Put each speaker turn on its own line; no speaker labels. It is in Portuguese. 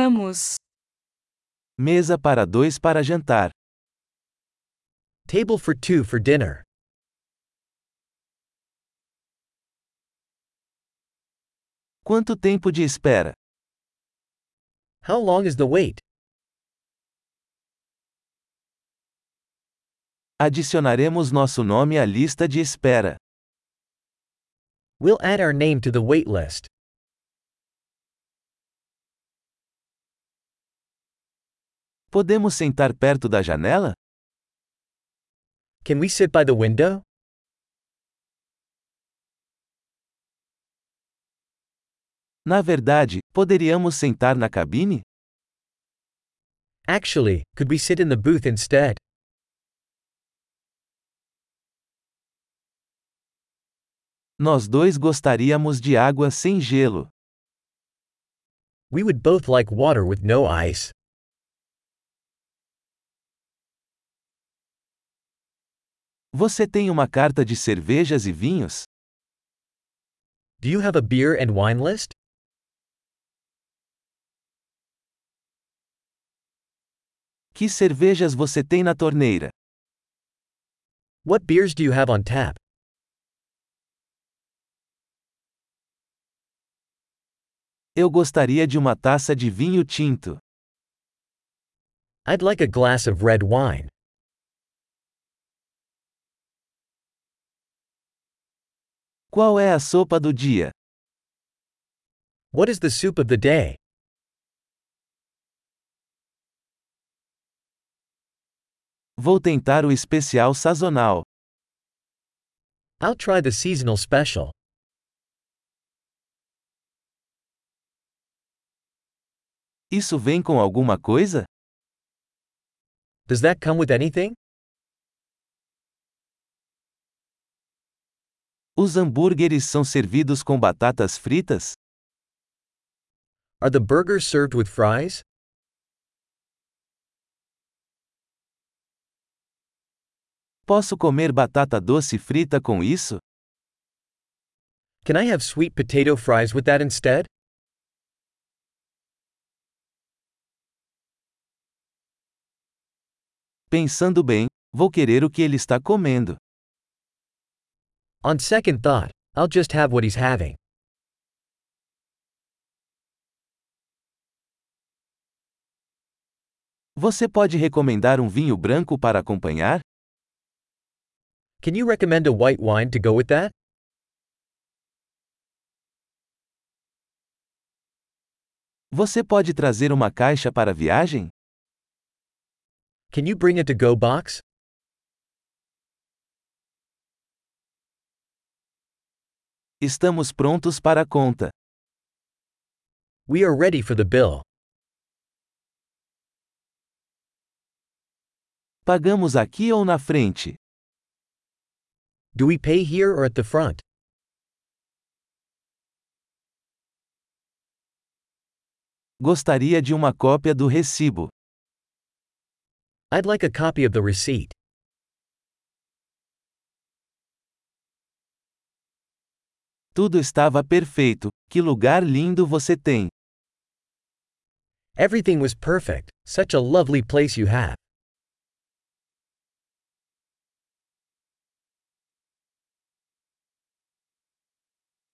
Vamos.
Mesa para dois para jantar.
Table for two for dinner.
Quanto tempo de espera?
How long is the wait?
Adicionaremos nosso nome à lista de espera.
We'll add our name to the wait list.
Podemos sentar perto da janela?
Can we sit by the window?
Na verdade, poderíamos sentar na cabine?
Actually, could we sit in the booth instead?
Nós dois gostaríamos de água sem gelo.
We would both like water with no ice.
Você tem uma carta de cervejas e vinhos?
Do you have a beer and wine list?
Que cervejas você tem na torneira?
What beers do you have on tap?
Eu gostaria de uma taça de vinho tinto.
I'd like a glass of red wine.
Qual é a sopa do dia?
What is the soup of the day?
Vou tentar o especial sazonal.
I'll try the seasonal special.
Isso vem com alguma coisa?
Does that come with anything?
Os hambúrgueres são servidos com batatas fritas?
Are the burgers served with fries?
Posso comer batata doce frita com isso?
Can I have sweet potato fries with that instead?
Pensando bem, vou querer o que ele está comendo.
On second thought, I'll just have what he's having.
Você pode recomendar um vinho branco para acompanhar?
Can you recommend a white wine to go with that?
Você pode trazer uma caixa para a viagem?
Can you bring a to go box?
Estamos prontos para a conta.
We are ready for the bill.
Pagamos aqui ou na frente?
Do we pay here or at the front?
Gostaria de uma cópia do recibo.
I'd like a copy of the receipt.
Tudo estava perfeito. Que lugar lindo você tem!
Everything was perfect. Such a lovely place you have.